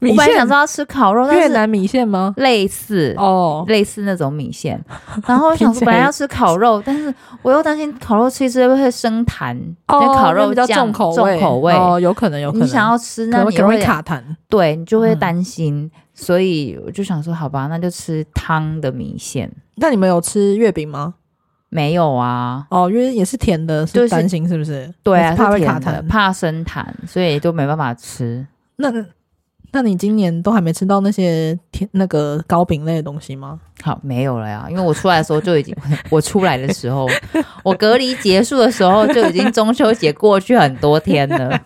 Speaker 1: 米
Speaker 2: 我本来想
Speaker 1: 线
Speaker 2: 说要吃烤肉，
Speaker 1: 越
Speaker 2: 但是
Speaker 1: 南米线吗？
Speaker 2: 类似。
Speaker 1: 哦，
Speaker 2: 类似那种米线， 然后我想
Speaker 1: 听
Speaker 2: 说
Speaker 1: 起来
Speaker 2: 本来要吃烤肉，但是我又担心烤肉吃一吃会不会生痰，
Speaker 1: 哦
Speaker 2: 那烤
Speaker 1: 那
Speaker 2: 肉
Speaker 1: 比较
Speaker 2: 酱
Speaker 1: 重口
Speaker 2: 重口味，
Speaker 1: 哦，有可能有可能。
Speaker 2: 你想要吃
Speaker 1: 可
Speaker 2: 那
Speaker 1: 能会
Speaker 2: 你
Speaker 1: 可能
Speaker 2: 会
Speaker 1: 会卡痰，
Speaker 2: 对你就会
Speaker 1: 嗯
Speaker 2: 担心，所以我就想说，好吧，那就吃汤的米线。
Speaker 1: 那你们有吃月饼吗？
Speaker 2: 没有啊，
Speaker 1: 哦，因为也是甜的，
Speaker 2: 就是是
Speaker 1: 担心是不是？
Speaker 2: 对
Speaker 1: 你
Speaker 2: 啊，
Speaker 1: 是怕
Speaker 2: 是
Speaker 1: 会
Speaker 2: 甜
Speaker 1: 卡
Speaker 2: 的，
Speaker 1: 痰。
Speaker 2: 怕生痰，所以都没办法吃。
Speaker 1: 那那你今年都还没吃到那些甜那个糕饼类的东西吗？
Speaker 2: 好，没有了呀，因为我出来的时候就已经， 我出来的时候，我隔离结束的时候就已经中秋节过去很多天了，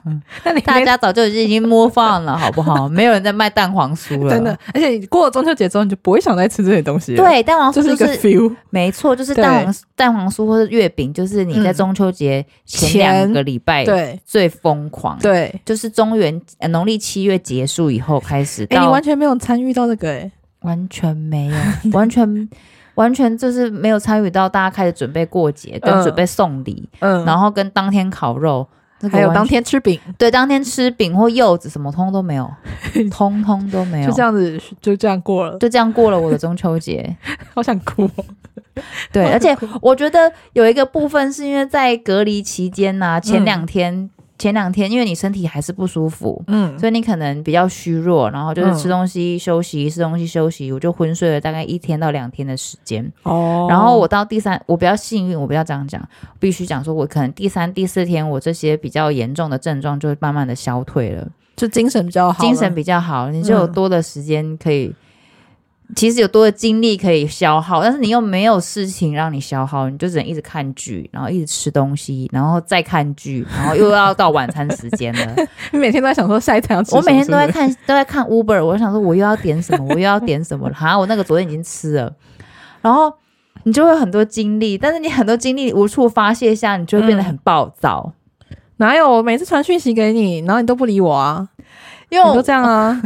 Speaker 1: 那你
Speaker 2: 大
Speaker 1: 没
Speaker 2: 家早就已经已经摸放了，好不 好？没有人在卖蛋黄酥了，
Speaker 1: 真的，而且你过了中秋节之后，你就不会想再吃这些东西了。，
Speaker 2: 对蛋黄酥
Speaker 1: 就是
Speaker 2: 就
Speaker 1: 一个
Speaker 2: 是
Speaker 1: feel。
Speaker 2: 没错，就是
Speaker 1: 对
Speaker 2: 蛋黄蛋黄酥或是月饼，就是你在
Speaker 1: 嗯
Speaker 2: 中秋节前
Speaker 1: 前
Speaker 2: 两个礼拜
Speaker 1: 对
Speaker 2: 最疯狂，，
Speaker 1: 对，
Speaker 2: 就是中元呃农历七月结束以后开始
Speaker 1: 哎、
Speaker 2: 到
Speaker 1: 你完全没有参与到这个哎、
Speaker 2: 完全没 有，完全完全就是没有参与到大家开始准备过节，跟
Speaker 1: 嗯
Speaker 2: 准备送礼，
Speaker 1: 嗯
Speaker 2: 然后跟当天烤肉，那个
Speaker 1: 还有
Speaker 2: 完
Speaker 1: 当
Speaker 2: 全
Speaker 1: 天吃饼，
Speaker 2: 对当天吃饼或柚子什么，通通都没 有，通通都没有，
Speaker 1: 就这样子就这样过了，
Speaker 2: 就这样过了我的中秋节。
Speaker 1: 好想哭、哦。
Speaker 2: 对，而且我觉得有一个部分是因为在隔离期间呐、
Speaker 1: 嗯
Speaker 2: 前两天、前两天因为你身体还是不舒服。
Speaker 1: 嗯，
Speaker 2: 所以你可能比较虚弱，然后就是
Speaker 1: 嗯
Speaker 2: 吃东西、休息，吃东西休息，我就昏睡了大概一天到两天的时间。
Speaker 1: 哦
Speaker 2: 然后我到第三，我比较幸运，我不要这样讲，必须讲说，我可能第三、第四天，我这些比较严重的症状就会慢慢的消退了，
Speaker 1: 就精神比较好了，
Speaker 2: 精神比较好，你就有
Speaker 1: 嗯
Speaker 2: 多的时间可以，其实有多的精力可以消耗，但是你又没有事情让你消耗，你就只能一直看剧，然后一直吃东西，然后再看剧，然后又要到晚餐时间 了。
Speaker 1: 你每天都在想说下一餐要吃什
Speaker 2: 我
Speaker 1: 么，
Speaker 2: 每天
Speaker 1: 是不
Speaker 2: 都在
Speaker 1: 是
Speaker 2: 看都在看 Uber，我就想说我又要点什么，我又要点什么了。哈，我那个昨天已经吃了，然后你就会有很多精力，但是你很多精力无处发泄下，你就会变得很暴躁。
Speaker 1: 哪有？我每次传讯息给你，然后你都不理我 啊，
Speaker 2: 因为
Speaker 1: 你
Speaker 2: 我
Speaker 1: 都这样 啊，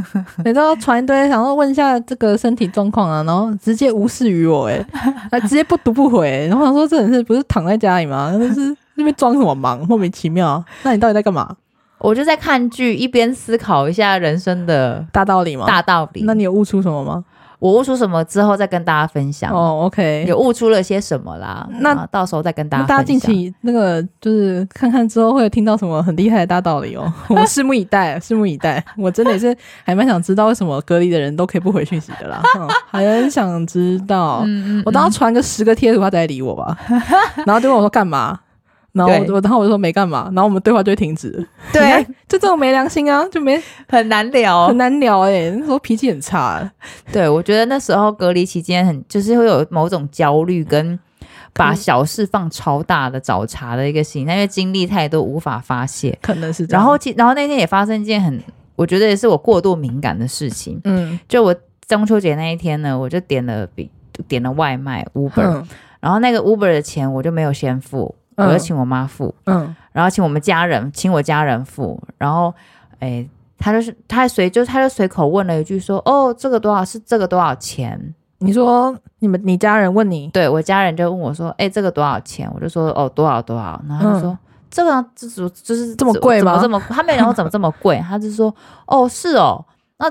Speaker 1: 你都要传一堆，然后问一下这个身体状况啊，然后直接无视于 我、欸，哎，还直接不读不回、然后我想说这人是不是躺在家里吗？就是那边装什么忙，莫名其妙。啊那你到底在干嘛？
Speaker 2: 我就在看剧，一边思考一下人生的
Speaker 1: 大道理吗？
Speaker 2: 大道理。
Speaker 1: 那你有悟出什么吗？
Speaker 2: 我悟出什么之后再跟大家分享，
Speaker 1: 哦，OK，
Speaker 2: 有悟出了些什么啦？
Speaker 1: 那
Speaker 2: 啊到时候再跟大
Speaker 1: 那
Speaker 2: 家
Speaker 1: 大家
Speaker 2: 分
Speaker 1: 近
Speaker 2: 享。
Speaker 1: 期那个就是看看之后会有听到什么很厉害的大道理 哦，我们拭目以待，拭目以待。我真的也是还蛮想知道为什么隔离的人都可以不回讯息的 啦，嗯、还很想知道。
Speaker 2: 嗯嗯，
Speaker 1: 我当时传个十个贴图，他才理我 吧，然后就问我说干嘛，然后
Speaker 2: 对
Speaker 1: 我我然后我就说没干嘛，然后我们对话就会停止。你
Speaker 2: 对哦
Speaker 1: 看，就这种没良心啊，就没
Speaker 2: 很难聊
Speaker 1: 很。难聊哎、那时候脾气很差、
Speaker 2: 对，我觉得那时候隔离期间很，就是会有某种焦虑跟。把小事放超大的找茬的一个心态，因为经历太多无法发泄。
Speaker 1: 可能是啊这样。
Speaker 2: 然后其然后那天也发生一件很，我觉得也是我过度敏感的事情。
Speaker 1: 嗯
Speaker 2: 就我中秋节那一天呢，我就点了比点了外卖 Uber，、
Speaker 1: 嗯
Speaker 2: 然后那个 Uber 的钱我就没有先付，
Speaker 1: 嗯
Speaker 2: 我就请我妈付，
Speaker 1: 嗯
Speaker 2: 然后请我们家人，请我家人付，然后哎，他就是他随就他就随口问了一句说，哦，这个多少是这个多少钱？
Speaker 1: 你说你们你家人问你，
Speaker 2: 对我家人就问我说：“哎、这个多少钱？”我就说：“哦，多少多少。”然后他就说：“这个啊这怎就是
Speaker 1: 嗯这么贵
Speaker 2: 怎么
Speaker 1: 吗
Speaker 2: 这么他没有讲我怎么这么 贵，他就说：‘哦，是哦，那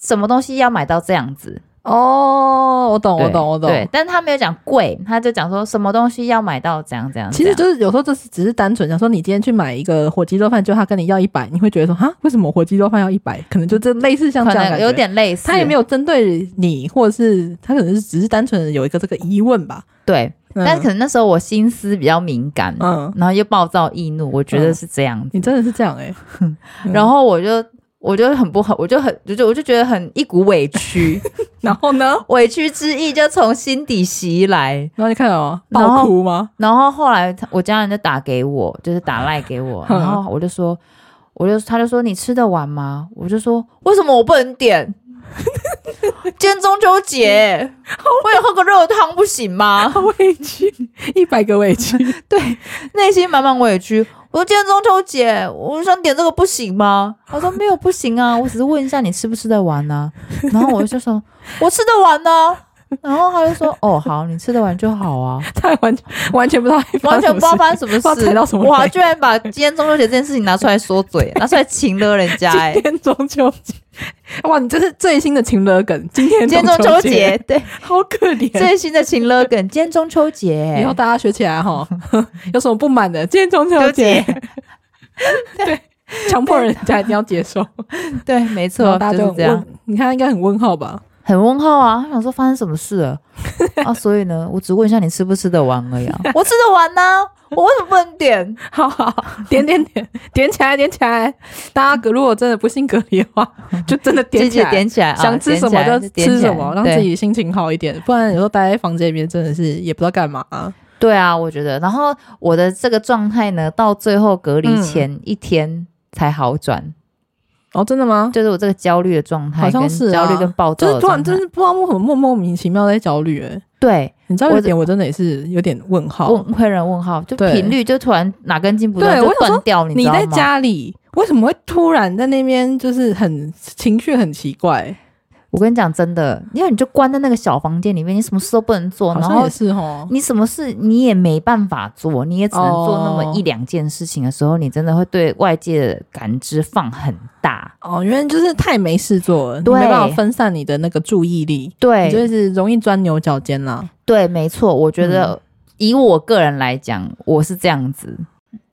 Speaker 2: 什么东西要买到这样子？’
Speaker 1: 哦，我懂，我
Speaker 2: 对
Speaker 1: 懂，我懂。
Speaker 2: 对，但他没有讲贵，他就讲说什么东西要买到怎样怎啊样。
Speaker 1: 其实
Speaker 2: 怎样
Speaker 1: 就是有时候就是只是单纯想说，你今天去买一个火鸡肉饭，就他跟你要一百，你会觉得说哈，为什么火鸡肉饭要一百？可能就这类似像这
Speaker 2: 可
Speaker 1: 样的
Speaker 2: 能
Speaker 1: 感
Speaker 2: 有
Speaker 1: 觉。
Speaker 2: 点类似，
Speaker 1: 他也没有针对你，或者是他可能是只是单纯的有一个这个疑问吧。
Speaker 2: 对，
Speaker 1: 嗯
Speaker 2: 但可能那时候我心思比较敏感，
Speaker 1: 嗯，
Speaker 2: 然后又暴躁易怒，我觉得是这样子。
Speaker 1: 你真的是这样哎、嗯
Speaker 2: 然后我就我就很不好，我就很我就我就觉得很一股委屈。
Speaker 1: 然后呢？
Speaker 2: 委屈之意就从心底袭来。
Speaker 1: 然后你看哦，
Speaker 2: 然后
Speaker 1: 爆哭吗？
Speaker 2: 然后后来他我家人就打给我，就是打赖给我，
Speaker 1: 嗯
Speaker 2: 然后我就说，我就他就说你吃得完吗？我就说为什么我不能点？ 今天中秋节，我也喝个热汤不行吗？
Speaker 1: 好委屈，一百个委 屈。
Speaker 2: 内心满满委屈。我说今天中秋节，我想点这个不行吗？他说没有不行啊，我只是问一下你吃不吃得完呢、然后我就说我吃得完呢、然后他就说哦好，你吃得完就好 啊。
Speaker 1: 他完全完全不知道，
Speaker 2: 完全不知道发生什么
Speaker 1: 不知
Speaker 2: 事，
Speaker 1: 道踩到什么雷
Speaker 2: 哇！居然把今天中秋节这件事情拿出来说嘴，拿出来情勒人家、哎
Speaker 1: 今，天中秋节，哇，你这是最新的情勒梗。 今天
Speaker 2: 今天中秋节，， 对
Speaker 1: 好可怜。
Speaker 2: 最新的情勒梗，今天中秋节、
Speaker 1: 以后大家学起来哈， 有什么不满的？今天中秋
Speaker 2: 中秋
Speaker 1: 节
Speaker 2: 节，
Speaker 1: 强迫人家一定要接受，
Speaker 2: 对，没
Speaker 1: 然后
Speaker 2: 错，
Speaker 1: 大家
Speaker 2: 就是
Speaker 1: 就
Speaker 2: 这样。
Speaker 1: 问，你看应该很问号吧？
Speaker 2: 很问号啊，他想说发生什么事了 啊？所以呢，我只问一下你吃不吃得完而已、 啊。我吃得完呢、我为什么不能点？
Speaker 1: 好好，好点点点，点起来，点起来。大家如果真的不幸隔离的 话，就真的点
Speaker 2: 自
Speaker 1: 起
Speaker 2: 己
Speaker 1: 来。
Speaker 2: 点起来，啊
Speaker 1: 想吃什么就吃什么，让自。
Speaker 2: 点起来点起来对
Speaker 1: 己心情好一点，不然有时候待在房间里面真的是也不知道干嘛、
Speaker 2: 对啊，我觉得。然后我的这个状态呢，到最后隔离
Speaker 1: 嗯
Speaker 2: 前一天才好转，
Speaker 1: 哦，真的吗？
Speaker 2: 就是我这个焦虑的状态，
Speaker 1: 好像
Speaker 2: 跟
Speaker 1: 是啊
Speaker 2: 焦虑跟暴
Speaker 1: 就
Speaker 2: 躁的
Speaker 1: 是突
Speaker 2: 状态。
Speaker 1: 然，真是不知道为什么莫莫名其妙在焦虑、欸，
Speaker 2: 对，
Speaker 1: 你知道
Speaker 2: 我
Speaker 1: 有点我真的也是有点问号。
Speaker 2: 问会人问号，就
Speaker 1: 对
Speaker 2: 频率就突然哪根筋不对
Speaker 1: 对
Speaker 2: 就
Speaker 1: 我想说
Speaker 2: 断掉，你
Speaker 1: 你
Speaker 2: 知道吗？
Speaker 1: 在家里为什么会突然在那边就是很情绪很奇怪？
Speaker 2: 我跟你讲，真的，因为你就关在那个小房间里面，你什么事都不能做，
Speaker 1: 好
Speaker 2: 然
Speaker 1: 像
Speaker 2: 后
Speaker 1: 也是哦。
Speaker 2: 你什么事你也没办法做，你也只能做那
Speaker 1: 哦
Speaker 2: 么一两件事情的时候，你真的会对外界的感知放很大。
Speaker 1: 哦，因为就是太没事做了，你
Speaker 2: 对
Speaker 1: 没办法分散你的那个注意力，你
Speaker 2: 对
Speaker 1: 就是容易钻牛角尖啦。
Speaker 2: 对，没错，我觉
Speaker 1: 嗯
Speaker 2: 得以我个人来讲，我是这样子。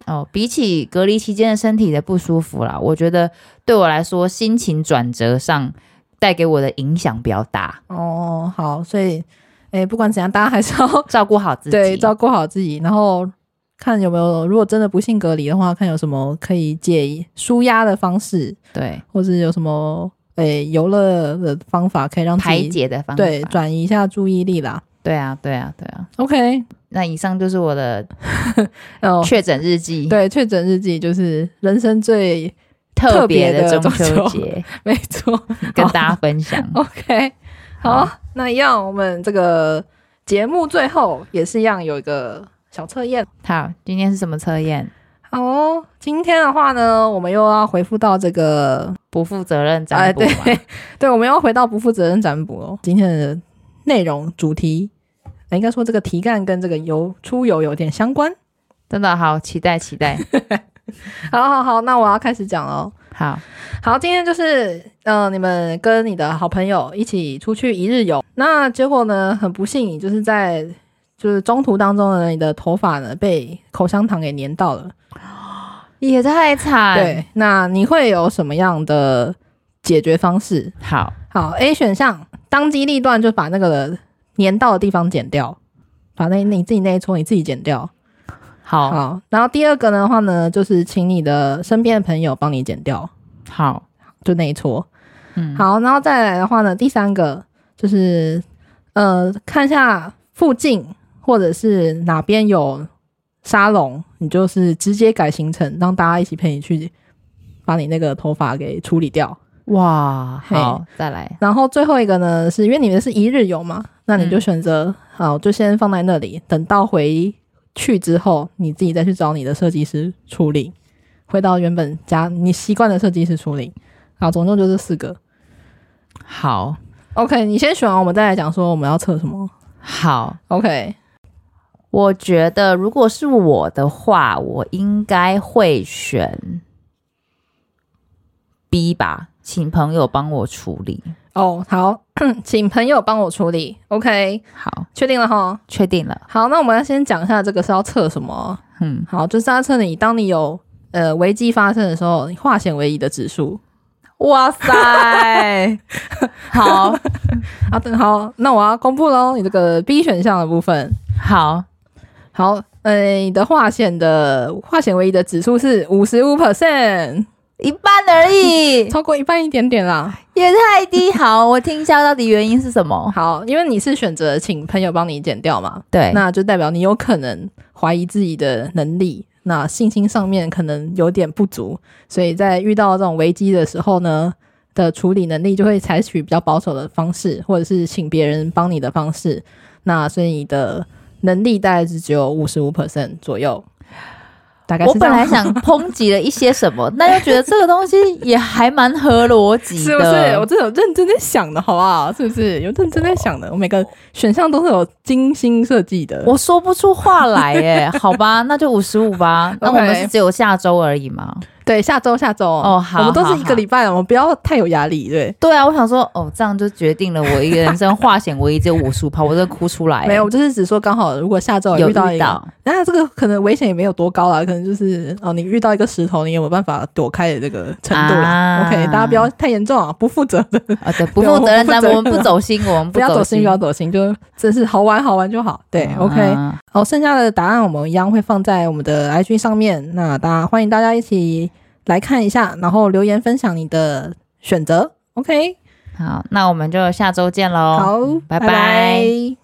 Speaker 2: 哦，比起隔离期间的身体的不舒服啦，我觉得对我来说，心情转折上带给我的影响比较大。
Speaker 1: 哦，好，所以，哎、不管怎样，大家还是要
Speaker 2: 照顾好自己，
Speaker 1: 对，照顾好自己，然后看有没有，如果真的不幸隔离的话，看有什么可以借以舒压的方式，
Speaker 2: 对
Speaker 1: 或者有什么诶游乐的方法，可以让自
Speaker 2: 排
Speaker 1: 己
Speaker 2: 解的方法，
Speaker 1: 对转移一下注意力啦。
Speaker 2: 对啊，对啊，对啊。
Speaker 1: OK，
Speaker 2: 那以上就是我的
Speaker 1: 哦，
Speaker 2: 确诊日记，
Speaker 1: 对，确诊日记就是人生最特
Speaker 2: 特别
Speaker 1: 别的
Speaker 2: 的
Speaker 1: 中
Speaker 2: 中秋
Speaker 1: 秋
Speaker 2: 节
Speaker 1: 没错。
Speaker 2: 跟大家分 享。
Speaker 1: OK，好，那一样我们这个节目最后也是一样有一个小测验。
Speaker 2: 好，今天是什么测验？
Speaker 1: 好哦，今天的话呢，我们又要回复到这个
Speaker 2: 不负责任
Speaker 1: 哎，
Speaker 2: 占卜嘛？
Speaker 1: 对对，我们要回到不负责任占卜哦。今天的内容主题，哎应该说这个题干跟这个游出游有点相关。
Speaker 2: 真的好期待，期 待。
Speaker 1: 好好好，那我要开始讲了哦。
Speaker 2: 好，
Speaker 1: 好，今天就是呃，你们跟你的好朋友一起出去一日游，那结果呢，很不幸，你就是在就是中途当中呢，你的头发呢被口香糖给粘到了。
Speaker 2: 也太惨。，
Speaker 1: 对，那你会有什么样的解决方式？
Speaker 2: 好，
Speaker 1: 好，A 选项当机立断就把那个粘到的地方剪掉，把那你自己那一撮你自己剪掉。
Speaker 2: 好，好，
Speaker 1: 好，然后第二个的话呢，就是请你的身边的朋友帮你剪掉，就那一撮。
Speaker 2: 嗯，
Speaker 1: 好，然后再来的话呢，第三个就是呃，看一下附近或者是哪边有沙龙，你就是直接改行程，让大家一起陪你去把你那个头发给处理掉。
Speaker 2: 哇，
Speaker 1: 嘿
Speaker 2: 好，再来。
Speaker 1: 然后最后一个呢，是因为你们是一日游嘛，那你就
Speaker 2: 嗯
Speaker 1: 选择、好，就先放在那里，等到回去之后，你自己再去找你的设计师处理，回到原本家你习惯的设计师处理。好，总共就是四个。
Speaker 2: 好，
Speaker 1: OK，你先选哦完，我们再来讲说我们要测什么。
Speaker 2: 好，
Speaker 1: OK，
Speaker 2: 我觉得如果是我的话，我应该会选 B 吧，请朋友帮我处理。
Speaker 1: 哦、好， 请朋友帮我处理。OK，
Speaker 2: 好，
Speaker 1: 确定了哈。
Speaker 2: 确定了。
Speaker 1: 好，那我们要先讲一下这个是要测什么。
Speaker 2: 嗯，
Speaker 1: 好，就是要测你当你有呃危机发生的时候，你化险为夷的指数。
Speaker 2: 哇 塞，好
Speaker 1: 好的，啊好，那我要公布喽，你这个 B 选项的部分。
Speaker 2: 好
Speaker 1: 好，呃，你的划线的划线唯一的指数是五十五 percent，
Speaker 2: 一半而已，
Speaker 1: 超过一半一点点啦。
Speaker 2: 也太低。好，我听一下到底原因是什么。
Speaker 1: 好，因为你是选择请朋友帮你减掉嘛，
Speaker 2: 对，
Speaker 1: 那就代表你有可能怀疑自己的能力，那信心上面可能有点不足，所以在遇到这种危机的时候呢，的处理能力就会采取比较保守的方式，或者是请别人帮你的方式。那所以你的能力大概是只有五十五 percent 左右，大概是
Speaker 2: 我
Speaker 1: 这
Speaker 2: 本
Speaker 1: 样
Speaker 2: 来想 抨击了一些什么，但又觉得这个东西也还蛮合逻 辑的，
Speaker 1: 是不是？我这有认真在想的，好不好？是不是有认真在想的？我每个选项都是有精心设计的。
Speaker 2: 我 说不出话来耶，好吧，那就五十五吧。那我们是只有下周而已嘛？
Speaker 1: 对，下周下周
Speaker 2: 哦好
Speaker 1: 我们都
Speaker 2: 好
Speaker 1: 是一个礼拜了，我们不要太有压力，对。
Speaker 2: 对啊，我想说，哦，这样就决定了我一个人生化险为夷只有五十五趴，我真的哭出来。
Speaker 1: 没有，我就是只说刚好，如果下周
Speaker 2: 有
Speaker 1: 遇到一
Speaker 2: 遇
Speaker 1: 个
Speaker 2: 到，
Speaker 1: 那这个可能危险也没有多高啦，可能就是哦，你遇到一个石头，你有没有办法躲开的这个程度啦、
Speaker 2: 啊
Speaker 1: OK，大家不要太严重啊，不负责 的，
Speaker 2: 啊，对，不
Speaker 1: 对我们
Speaker 2: 负责任，
Speaker 1: 不
Speaker 2: 咱
Speaker 1: 责
Speaker 2: 我们
Speaker 1: 任
Speaker 2: 不
Speaker 1: 啊
Speaker 2: 走心，我们
Speaker 1: 不要走
Speaker 2: 走
Speaker 1: 心，不要走心，就真是好玩好玩就好。对、
Speaker 2: 嗯
Speaker 1: o k 好，剩下的答案我们一样会放在我们的 IG 上面，那大家欢迎大家一起来看一下，然后留言分享你的选择。OK，、
Speaker 2: 好，那我们就下周见喽。
Speaker 1: 好，
Speaker 2: 拜
Speaker 1: 拜
Speaker 2: 拜
Speaker 1: 拜